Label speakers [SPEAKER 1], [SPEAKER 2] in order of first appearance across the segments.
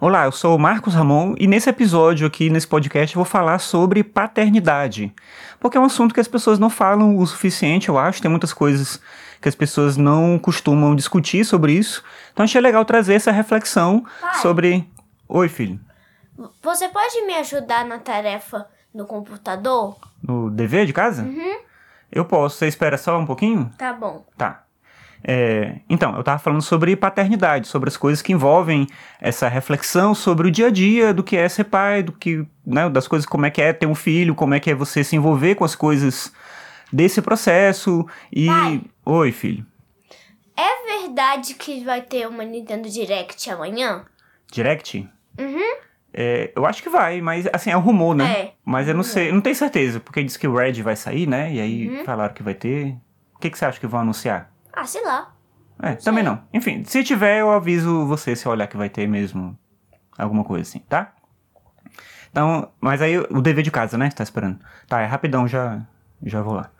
[SPEAKER 1] Olá, eu sou o Marcos Ramon e nesse episódio aqui, nesse podcast, eu vou falar sobre paternidade. Porque é um assunto que as pessoas não falam o suficiente, eu acho. Tem muitas coisas que as pessoas não costumam discutir sobre isso. Então achei legal trazer essa reflexão
[SPEAKER 2] Pai.
[SPEAKER 1] sobre. Oi, filho.
[SPEAKER 2] Você pode me ajudar na tarefa do computador?
[SPEAKER 1] No dever de casa? Eu posso. Você espera só um pouquinho?
[SPEAKER 2] Tá bom.
[SPEAKER 1] Tá. É, então, eu tava falando sobre paternidade, sobre as coisas que envolvem essa reflexão sobre o dia a dia, do que é ser pai, do que, né, das coisas, como é que é ter um filho, como é que é você se envolver com as coisas desse processo e
[SPEAKER 2] Pai.
[SPEAKER 1] oi, filho.
[SPEAKER 2] É verdade que vai ter uma Nintendo Direct amanhã?
[SPEAKER 1] Direct?
[SPEAKER 2] Uhum.
[SPEAKER 1] É, eu acho que vai, mas assim, é um rumor, né?
[SPEAKER 2] É.
[SPEAKER 1] Mas eu não sei, eu não tenho certeza, porque diz que o Red vai sair, né? E aí
[SPEAKER 2] Uhum.
[SPEAKER 1] falaram que vai ter. O que, que você acha que vão anunciar?
[SPEAKER 2] Ah, sei lá.
[SPEAKER 1] É, também não. Enfim, se tiver, eu aviso você se olhar que vai ter mesmo alguma coisa assim, tá? Então, mas aí o dever de casa, né? Você tá esperando. Tá, é rapidão, já, já vou lá.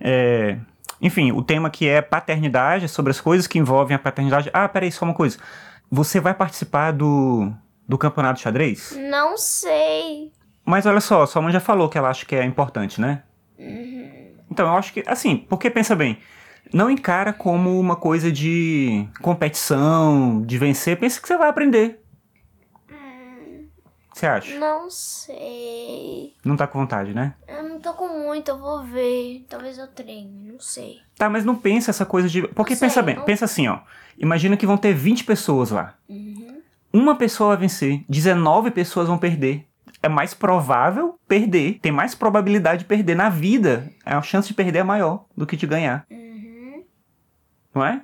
[SPEAKER 1] É, enfim, o tema que é paternidade, sobre as coisas que envolvem a paternidade. Ah, peraí, só uma coisa. Você vai participar do, do campeonato de xadrez?
[SPEAKER 2] Não sei.
[SPEAKER 1] Mas olha só, sua mãe já falou que ela acha que é importante, né?
[SPEAKER 2] Uhum.
[SPEAKER 1] Então, eu acho que, assim, porque pensa bem, não encara como uma coisa de competição, de vencer, pensa que você vai aprender. Você acha?
[SPEAKER 2] Não sei.
[SPEAKER 1] Não tá com vontade, né?
[SPEAKER 2] Eu não tô com muito, eu vou ver. Talvez eu treine, não sei.
[SPEAKER 1] Tá, mas não pensa essa coisa de. Porque
[SPEAKER 2] Não sei,
[SPEAKER 1] pensa bem,
[SPEAKER 2] não-
[SPEAKER 1] pensa assim, ó. Imagina que vão ter 20 pessoas lá. Uma pessoa vai vencer, 19 pessoas vão perder. É mais provável perder, tem mais probabilidade de perder na vida. A chance de perder é maior do que de ganhar. Não é?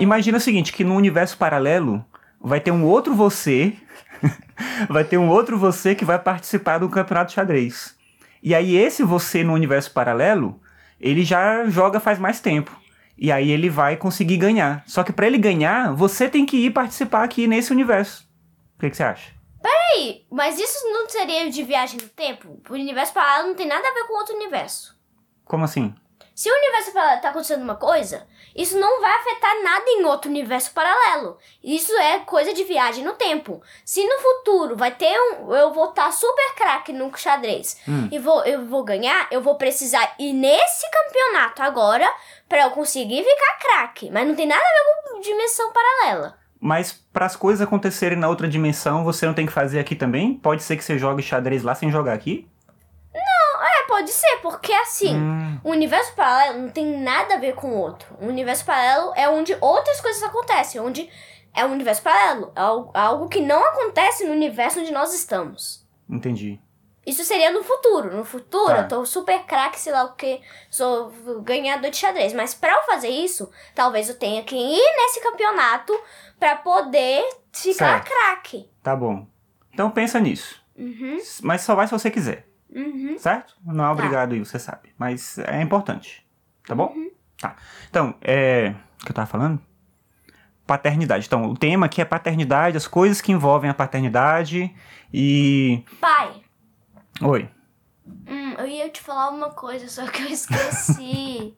[SPEAKER 1] Imagina o seguinte, que no universo paralelo vai ter um outro você, vai ter um outro você que vai participar do campeonato de xadrez. E aí esse você no universo paralelo, ele já joga faz mais tempo. E aí ele vai conseguir ganhar. Só que pra ele ganhar, você tem que ir participar aqui nesse universo. O que, que você acha?
[SPEAKER 2] Ei, mas isso não seria de viagem no tempo? O universo paralelo não tem nada a ver com outro universo.
[SPEAKER 1] Como assim?
[SPEAKER 2] Se o universo paralelo tá acontecendo uma coisa, isso não vai afetar nada em outro universo paralelo. Isso é coisa de viagem no tempo. Se no futuro vai ter um. Eu vou estar super craque no xadrez
[SPEAKER 1] Hum.
[SPEAKER 2] e vou, eu vou ganhar, eu vou precisar ir nesse campeonato agora pra eu conseguir ficar craque. Mas não tem nada a ver com dimensão paralela.
[SPEAKER 1] Mas para as coisas acontecerem na outra dimensão, você não tem que fazer aqui também? Pode ser que você jogue xadrez lá sem jogar aqui?
[SPEAKER 2] É, pode ser, porque assim.
[SPEAKER 1] Hum,
[SPEAKER 2] O universo paralelo não tem nada a ver com o outro. O universo paralelo é onde outras coisas acontecem, onde é um universo paralelo, é al- algo que não acontece no universo onde nós estamos.
[SPEAKER 1] entendi.
[SPEAKER 2] Isso seria no futuro. No futuro,
[SPEAKER 1] Tá.
[SPEAKER 2] eu tô super craque, sei lá o que, sou ganhador de xadrez. Mas pra eu fazer isso, talvez eu tenha que ir nesse campeonato pra poder ficar
[SPEAKER 1] Certo.
[SPEAKER 2] craque.
[SPEAKER 1] Tá bom. Então pensa nisso.
[SPEAKER 2] Uhum,
[SPEAKER 1] Mas só vai se você quiser.
[SPEAKER 2] uhum.
[SPEAKER 1] Certo? Não é obrigado aí, você sabe. Mas é importante. Tá bom? Tá. Então, é. O que eu tava falando? Paternidade. Então, o tema aqui é paternidade, as coisas que envolvem a paternidade e.
[SPEAKER 2] Pai,
[SPEAKER 1] Oi.
[SPEAKER 2] hum, eu ia te falar uma coisa, só que eu esqueci.